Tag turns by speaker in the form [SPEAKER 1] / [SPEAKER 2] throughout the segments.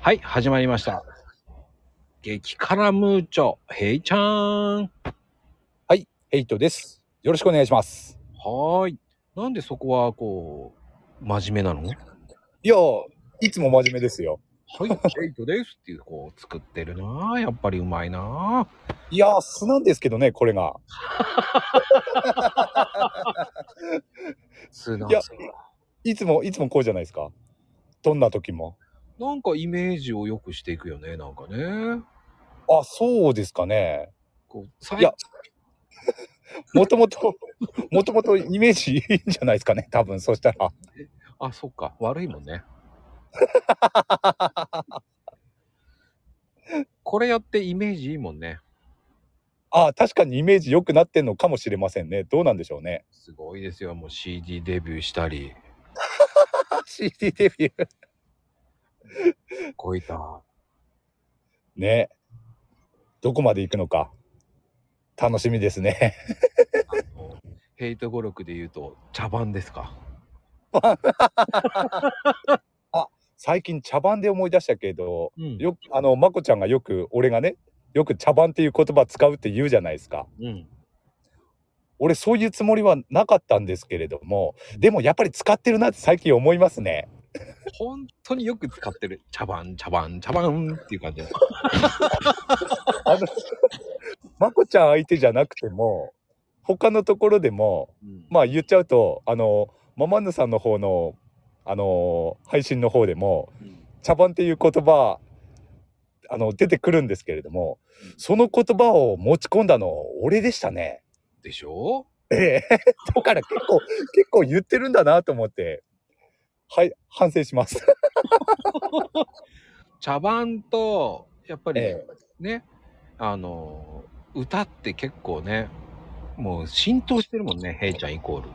[SPEAKER 1] はい、始まりました。激辛ムーチョ、ヘイちゃーん。
[SPEAKER 2] ヘイトです。よろしくお願いします。
[SPEAKER 1] はーい。なんでそこは、こう、真面目な の
[SPEAKER 2] いやー、いつも真面目ですよ。
[SPEAKER 1] はい、ヘイトですっていう、こう、作ってるなぁ。やっぱりうまいない
[SPEAKER 2] やー、素なんですけどね、これが。
[SPEAKER 1] ぁ。すない
[SPEAKER 2] やいつも、いつもこうじゃないですか。どんな時も。
[SPEAKER 1] なんかイメージを良くしていくよね、なんかね。
[SPEAKER 2] あ、そうですかね。
[SPEAKER 1] こう、最
[SPEAKER 2] いやもともと、 もともとイメージい いんじゃないですかね、多分、そしたら。
[SPEAKER 1] あ、そっか。悪いもん ね。これやってイメージいいもんね。
[SPEAKER 2] あ、確かにイメージ良くなってんのかもしれませんね。どうなんでしょうね。
[SPEAKER 1] すごいですよ。もう CD デビューしたり、
[SPEAKER 2] CD デビュー。
[SPEAKER 1] こういった。
[SPEAKER 2] ね。どこまで行くのか。楽しみですね。
[SPEAKER 1] あのヘイト語録で言うと茶番ですか
[SPEAKER 2] 最近茶番で思い出したけど、
[SPEAKER 1] うん
[SPEAKER 2] よくあのまこちゃんがよく俺がねよく茶番っていう言葉使うって言うじゃないですか
[SPEAKER 1] うん
[SPEAKER 2] 俺そういうつもりはなかったんですけれどもでもやっぱり使ってるなって最近思いますね
[SPEAKER 1] 本当によく使ってる茶番茶番茶番っていう感じで
[SPEAKER 2] まこちゃん相手じゃなくても他のところでも
[SPEAKER 1] ま
[SPEAKER 2] まあ言っちゃうとあのママンヌさんの方のあの配信の方でも茶番っていう言葉あの出てくるんですけれどもその言葉を持ち込んだの俺でしたね。
[SPEAKER 1] でしょ
[SPEAKER 2] ええだから結構、結構言ってるんだなと思って、はい、反省します。
[SPEAKER 1] 茶番とやっぱりね、
[SPEAKER 2] え
[SPEAKER 1] あの歌って結構ねもう浸透してるもんねヘイちゃんイコール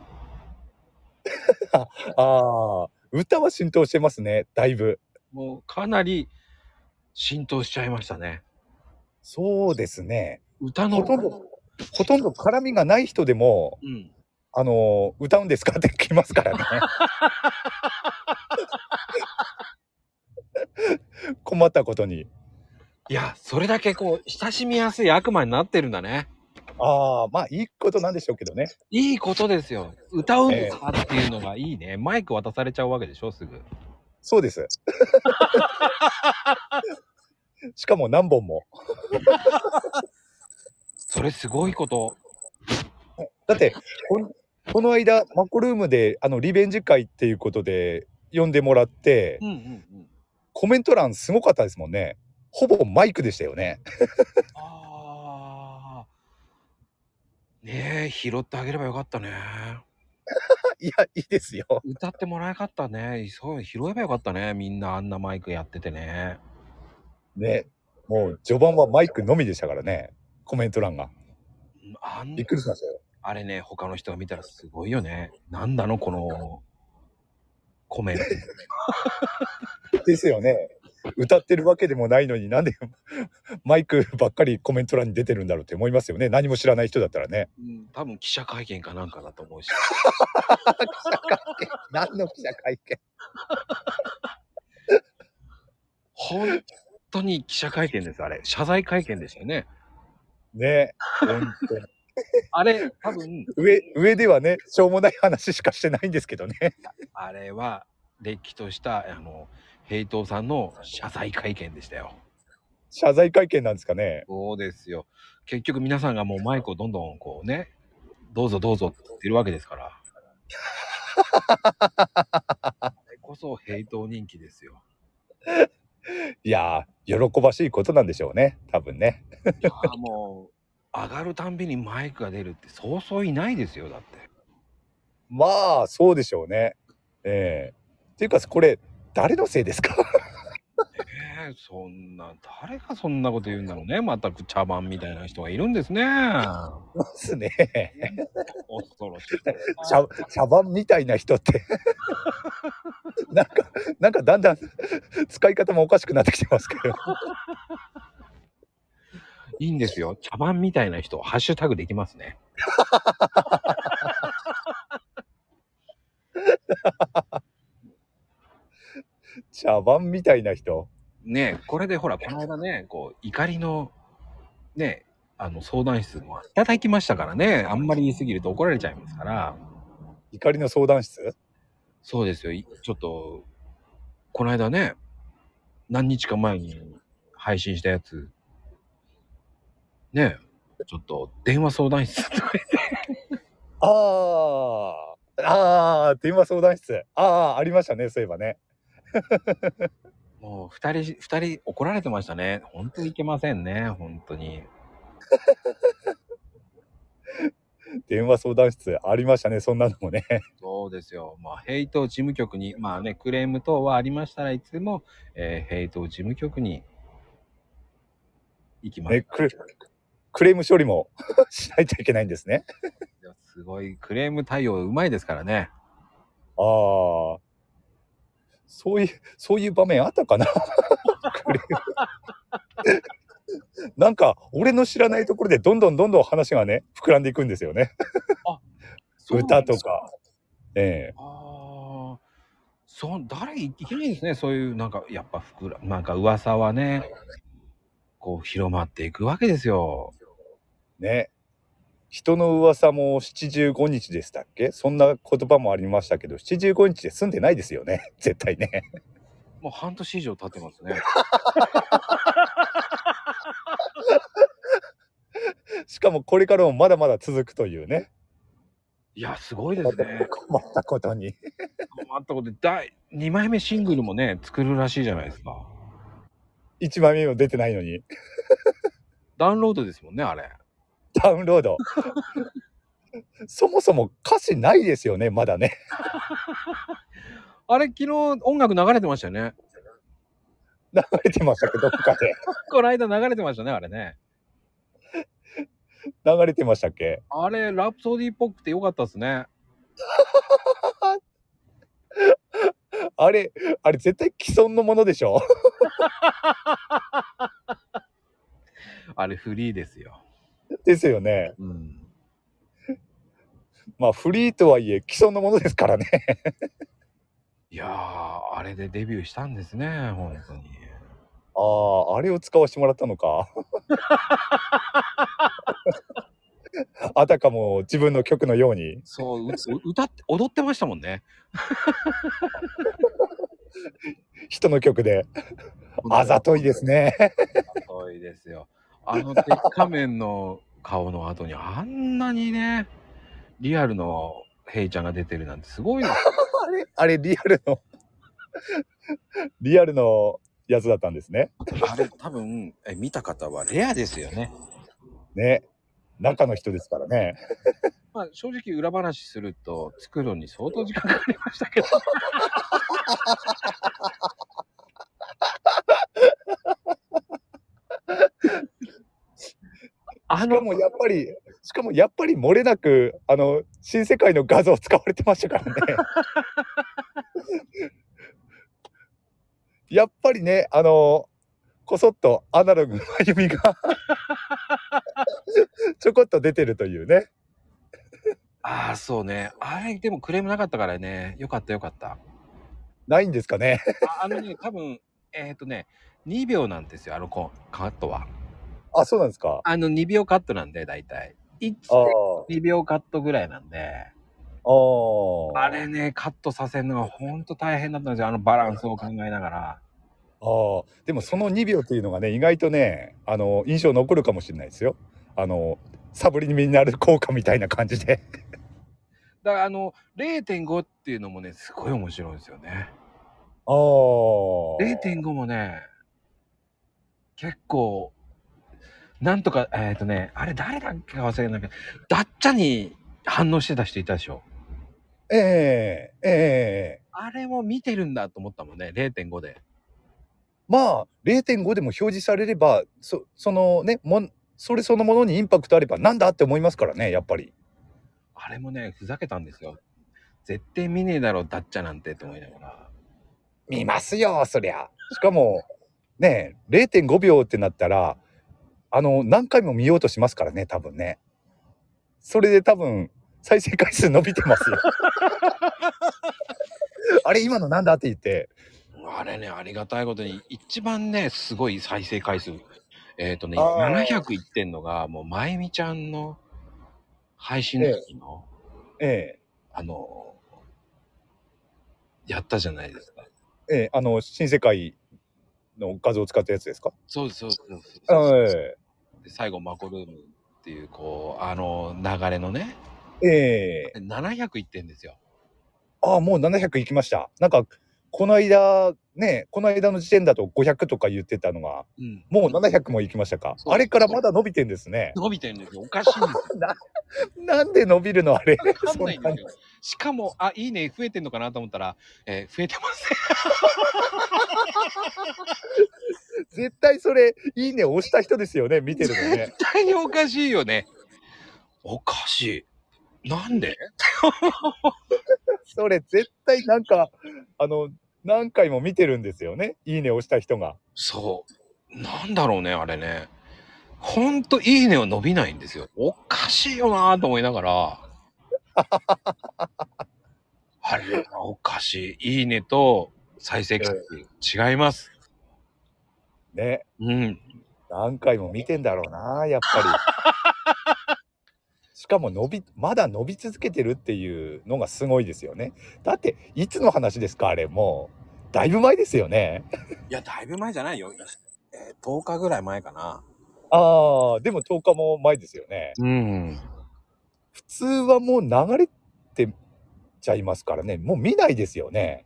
[SPEAKER 2] ああ、歌は浸透してますね、だいぶ。
[SPEAKER 1] もうかなり浸透しちゃいましたね
[SPEAKER 2] そうですね。
[SPEAKER 1] 歌の
[SPEAKER 2] ほとんど、ほとんど絡みがない人でも、
[SPEAKER 1] うん
[SPEAKER 2] あのー歌うんですかって聞きますからね。困ったことに。
[SPEAKER 1] いやそれだけこう親しみやすい悪魔になってるんだね
[SPEAKER 2] ああ、まあいいことなんでしょうけどね。
[SPEAKER 1] いいことですよ。歌うんですかっていうのがいいね。マイク渡されちゃうわけでしょ、すぐ。
[SPEAKER 2] そうです。しかも何本も。
[SPEAKER 1] それすごいこと。
[SPEAKER 2] だってこんこの間マコルームであのリベンジ会っていうことで呼んでもらって
[SPEAKER 1] うんうんうん。
[SPEAKER 2] コメント欄すごかったですもんねほぼマイクでしたよね
[SPEAKER 1] ああ。ねえ、拾ってあげればよかったね。
[SPEAKER 2] いやいいですよ
[SPEAKER 1] 歌ってもらえなかったね。そう、拾えばよかったね。みんなあんなマイクやっててね。
[SPEAKER 2] ねもう序盤はマイクのみでしたからねコメント欄が
[SPEAKER 1] うんあん
[SPEAKER 2] びっくりしましたよ
[SPEAKER 1] あれね、他の人が見たらすごいよね。なんだの、この、コメント。
[SPEAKER 2] ですよね歌ってるわけでもないのになんで マイクばっかりコメント欄に出てるんだろうって思いますよね何も知らない人だったらね
[SPEAKER 1] うん、多分記者会見かなんかだと思うし。
[SPEAKER 2] 何の記者会見
[SPEAKER 1] 本当に記者会見です、あれ。謝罪会見でしたよね。
[SPEAKER 2] ね本当に
[SPEAKER 1] あれ、多 分、
[SPEAKER 2] 上上ではねしょうもない話しかしてないんですけどね
[SPEAKER 1] あれは、れっきとした、あの、平等さんの謝罪会見でしたよ。
[SPEAKER 2] 謝罪会見なんですかね。
[SPEAKER 1] そうですよ。結局皆さんがもうマイクをどんどんこうね、どうぞどうぞって言ってるわけですから。あれこそ平等人気ですよ。
[SPEAKER 2] いやー、喜ばしいことなんでしょうね。多分ね。
[SPEAKER 1] いやーもう、上がるたんびにマイクが出るってそうそういないですよ、だって。
[SPEAKER 2] まあ、そうでしょうね。ええっていうか、これ、誰のせいですか
[SPEAKER 1] ねえそんな誰がそんなこと言うんだろうね全く茶番みたいな人がいるんですね
[SPEAKER 2] ますね。
[SPEAKER 1] 恐ろしい
[SPEAKER 2] 茶、茶番みたいな人って。なんか、なんかだんだん使い方もおかしくなってきてますけど。
[SPEAKER 1] いいんですよ茶番みたいな人ハッシュタグできますね
[SPEAKER 2] 茶番みたいな人。
[SPEAKER 1] ねこれでほらこの間ねこう怒りのねあの相談室もいただきましたからねあんまり言い過ぎると怒られちゃいますから
[SPEAKER 2] 怒りの相談室
[SPEAKER 1] そうですよいちょっとこの間ね何日か前に配信したやつねちょっと電話相談室とか言って
[SPEAKER 2] ああああ電話相談室ああありましたねそういえばね
[SPEAKER 1] もう二人二人怒られてましたね本当にいけませんね本当に
[SPEAKER 2] 電話相談室ありましたねそんなのもね
[SPEAKER 1] そうですよ。まあ、ヘイト事務局に、まあね、クレーム等はありましたらいつでも、えー、ヘイト事務局に行きます。
[SPEAKER 2] ねクレクレーム処理も しないといけないんですね
[SPEAKER 1] すごい、クレーム対応うまいですからね。
[SPEAKER 2] ああそういうそういう場面あったかな クレーム なんか俺の知らないところでどんどんどんどん話がね膨らんでいくんですよね歌とか。ええ
[SPEAKER 1] ああ、そう、誰いけないですね。そういう、なんか、やっぱ、ふくら、なんか噂はね、こう、広まっていくわけですよ。
[SPEAKER 2] ね人の噂も75日でしたっけそんな言葉もありましたけど75日で済んでないですよね 絶対ね
[SPEAKER 1] もう半年以上経ってますね。
[SPEAKER 2] しかもこれからもまだまだ続くというね
[SPEAKER 1] いや、すごいで
[SPEAKER 2] ますた
[SPEAKER 1] ね。
[SPEAKER 2] 困ったことに
[SPEAKER 1] 困ったことで、第2枚目シングルもね、作るらしいじゃないですか。
[SPEAKER 2] 1枚目も出てないのに
[SPEAKER 1] ダウンロードですもんね、あれ。
[SPEAKER 2] ダウンロードそもそも歌詞ないですよねまだね
[SPEAKER 1] あれ、昨日音楽流れてましたよね。
[SPEAKER 2] 流れてましたけどどっかで
[SPEAKER 1] この間流れてましたね、あれね。
[SPEAKER 2] 流れてましたっけ
[SPEAKER 1] あれ、ラプソディっぽくてよかったですね。
[SPEAKER 2] あれあれ絶対既存のものでしょ
[SPEAKER 1] あれ、フリーですよ。
[SPEAKER 2] ですよね
[SPEAKER 1] うん。
[SPEAKER 2] まあフリーとはいえ既存のものですからね
[SPEAKER 1] いやー、あれでデビューしたんですね、本当に。
[SPEAKER 2] ああ、あれを使わせてもらったのか。あたかも自分の曲のように
[SPEAKER 1] そう、うう歌って、踊ってましたもんね。
[SPEAKER 2] 人の曲であざといです
[SPEAKER 1] ね。
[SPEAKER 2] ね。
[SPEAKER 1] あざといですよ。あの鉄仮面の顔の後にあんなにね、リアルのヘイちゃんが出てるなんてすごいな。
[SPEAKER 2] あれあれリアルのリアルのやつだったんですね。
[SPEAKER 1] あれ多分え見た方はレアですよね。
[SPEAKER 2] ね。中の人ですからね。
[SPEAKER 1] まあ正直裏話すると作るのに相当時間かかりましたけど。あ
[SPEAKER 2] しか
[SPEAKER 1] の
[SPEAKER 2] もやっぱりしかもやっぱり漏れなくあの新世界の画像使われてまし たからね。やっぱりねあのこそっとアナログの歩 みがちょこっと出てるというね。
[SPEAKER 1] ああそうねあれでもクレームなかったからねよかったよかった
[SPEAKER 2] ないんですかね。
[SPEAKER 1] ああのね多分えっ、とね2秒なんですよあのコンカットは
[SPEAKER 2] あそうなんですか。
[SPEAKER 1] あの2秒カットなんで大体
[SPEAKER 2] ああ
[SPEAKER 1] 2秒カットぐらいなんで
[SPEAKER 2] ああ
[SPEAKER 1] あれねカットさせるのがほんと大変だったんですよあのバランスを考えながら
[SPEAKER 2] ああでもその2秒っていうのがね意外とねあの印象残るかもしれないですよ。あのサブリミナル効果みたいな感じで。
[SPEAKER 1] だからあの0.5っていうのもねすごい面白いんですよね
[SPEAKER 2] ああ。
[SPEAKER 1] 0.5もね結構なんとかえっ、とねあれ誰だっけか忘れないけどダッチャに反応してた人いたでしょ
[SPEAKER 2] ええええ
[SPEAKER 1] あれも見てるんだと思ったもんね0.5で
[SPEAKER 2] まあ0.5でも表示されればそそのねもんそれそのものにインパクトあればなんだって思いますからねやっぱり
[SPEAKER 1] あれもねふざけたんですよ絶対見ねえだろダッチャなんてと思いながら
[SPEAKER 2] 見ますよそりゃしかもね0.5秒ってなったらあの何回も見ようとしますからね多分ねそれで多分再生 回数伸びてますよあれ今のなんだって言って
[SPEAKER 1] あれね、ありがたいことに、一番ね、すごい再生回数。えっ、とね、
[SPEAKER 2] あー
[SPEAKER 1] 700いってんのが、もう、まゆみちゃんの配信の時の、
[SPEAKER 2] え
[SPEAKER 1] あの、やったじゃないですか。
[SPEAKER 2] えええあの新世界の画像を使ったやつですか
[SPEAKER 1] そうです、そうですそうです。
[SPEAKER 2] え
[SPEAKER 1] で最後、マコルームっていう、こう、あの、流れのね、
[SPEAKER 2] えええ
[SPEAKER 1] 700いってんですよ。
[SPEAKER 2] ああもう700いきましたなんかこの間ねこの間の時点だと500とか言ってたのが
[SPEAKER 1] うん。
[SPEAKER 2] もう700もいきましたか
[SPEAKER 1] そう
[SPEAKER 2] あれからまだ伸びてんですね
[SPEAKER 1] 伸びてるんですよ。おかしいんです よ。
[SPEAKER 2] なんで伸びるのあれ
[SPEAKER 1] わかんないんですよ。しかも、あ、いいね、増えてんのかなと思ったら、えー増えてません。
[SPEAKER 2] 絶対それいいね押した人ですよね見てるの ね
[SPEAKER 1] 絶対におかしいよね。おかしい。なんで
[SPEAKER 2] それ絶対なんかあの何回も見てるんですよねいいね押した人が
[SPEAKER 1] そう。なんだろうね、あれね。ほんと、いいねは伸びないんですよ。おかしいよなぁと思いなが ら。あれはおかしい。いいねと再生回数、違います。
[SPEAKER 2] ね
[SPEAKER 1] うん。
[SPEAKER 2] 何回も見てんだろうなやっぱり しかも伸びまだ伸び続けてるっていうのがすごいですよねだっていつの話ですかあれもうだいぶ前ですよね
[SPEAKER 1] いや、だいぶ前じゃないよ。えー、10日ぐらい前かな。
[SPEAKER 2] ああでも10日も前ですよね
[SPEAKER 1] うん。
[SPEAKER 2] 普通はもう流れてちゃいますからねもう見ないですよね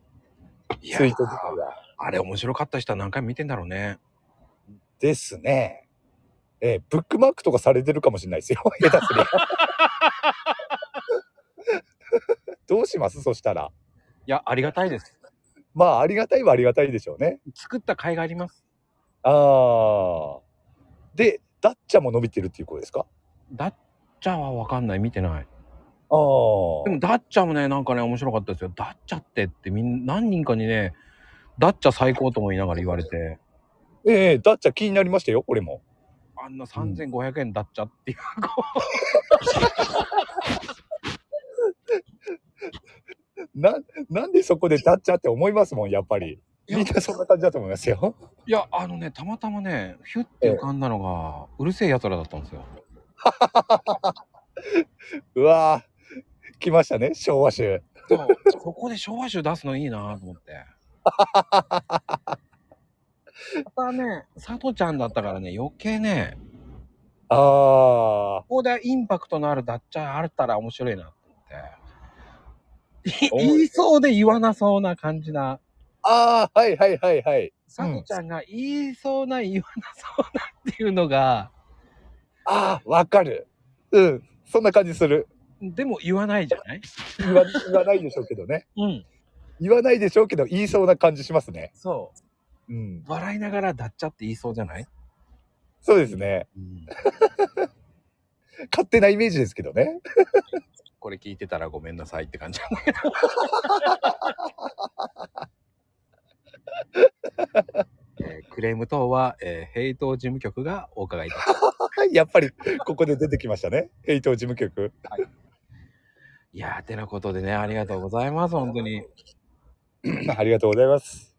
[SPEAKER 1] いや
[SPEAKER 2] ツイート自体は
[SPEAKER 1] あれ面白かった人は何回も見てんだろうね。
[SPEAKER 2] ですねえーブックマークとかされてるかもしれないですよ 下手すりゃどうしますそしたら
[SPEAKER 1] いや、ありがたいです。
[SPEAKER 2] まあありがたいはありがたいでしょうね。
[SPEAKER 1] 作った甲斐があります。
[SPEAKER 2] ああ。で、ダッチャも伸びてるっていうことですか
[SPEAKER 1] ダッチャはわかんない、見てない。
[SPEAKER 2] ああ。
[SPEAKER 1] でもダッチャもね、なんかね、面白かったですよ。ダッチャってってみん何人かにね、ダッチャ最高と思いながら言われて、
[SPEAKER 2] ええダッチャ気になりましたよ、俺も。
[SPEAKER 1] あんな3500円ダッチャっていう、こ
[SPEAKER 2] な、なんでそこでダッチャって思いますもん、やっぱり。
[SPEAKER 1] いや
[SPEAKER 2] みんなそんな感じだと思いますよ。
[SPEAKER 1] ういや、あのね、たまたまね、ヒュッて浮かんだのが、うるせえ奴らだったんですよ。
[SPEAKER 2] うわー来ましたね、昭和集。
[SPEAKER 1] そうここで昭和集出すのいいなと思って。またね、さとちゃんだったからね、余計ね、
[SPEAKER 2] ああ。
[SPEAKER 1] ここでインパクトのあるダッチャーあったら面白いなと思って。い
[SPEAKER 2] おい
[SPEAKER 1] 言いそうで言わなそうな感じな。
[SPEAKER 2] ああ、はいはいはいはい。
[SPEAKER 1] さとちゃんが言いそうな言わなそうなっていうのが、
[SPEAKER 2] ああ、わかる。うん。そんな感じする。
[SPEAKER 1] でも言わないじゃない
[SPEAKER 2] 言わ 言わないでしょうけどね。
[SPEAKER 1] うん。
[SPEAKER 2] 言わないでしょうけど、言いそうな感じしますね。
[SPEAKER 1] そ
[SPEAKER 2] うん。
[SPEAKER 1] う。笑いながらダッチャーって言いそうじゃない、
[SPEAKER 2] そうですね。
[SPEAKER 1] うん、
[SPEAKER 2] 勝手なイメージですけどね。
[SPEAKER 1] これ聞いてたらごめんなさいって 感じ。えークレーム等は、えー、ヘイト事務局がお伺いいたします。
[SPEAKER 2] はい、やっぱりここで出てきましたね。ヘイト事務局。
[SPEAKER 1] いやー、てなことでね、ありがとうございます、本当に。
[SPEAKER 2] ありがとうございます。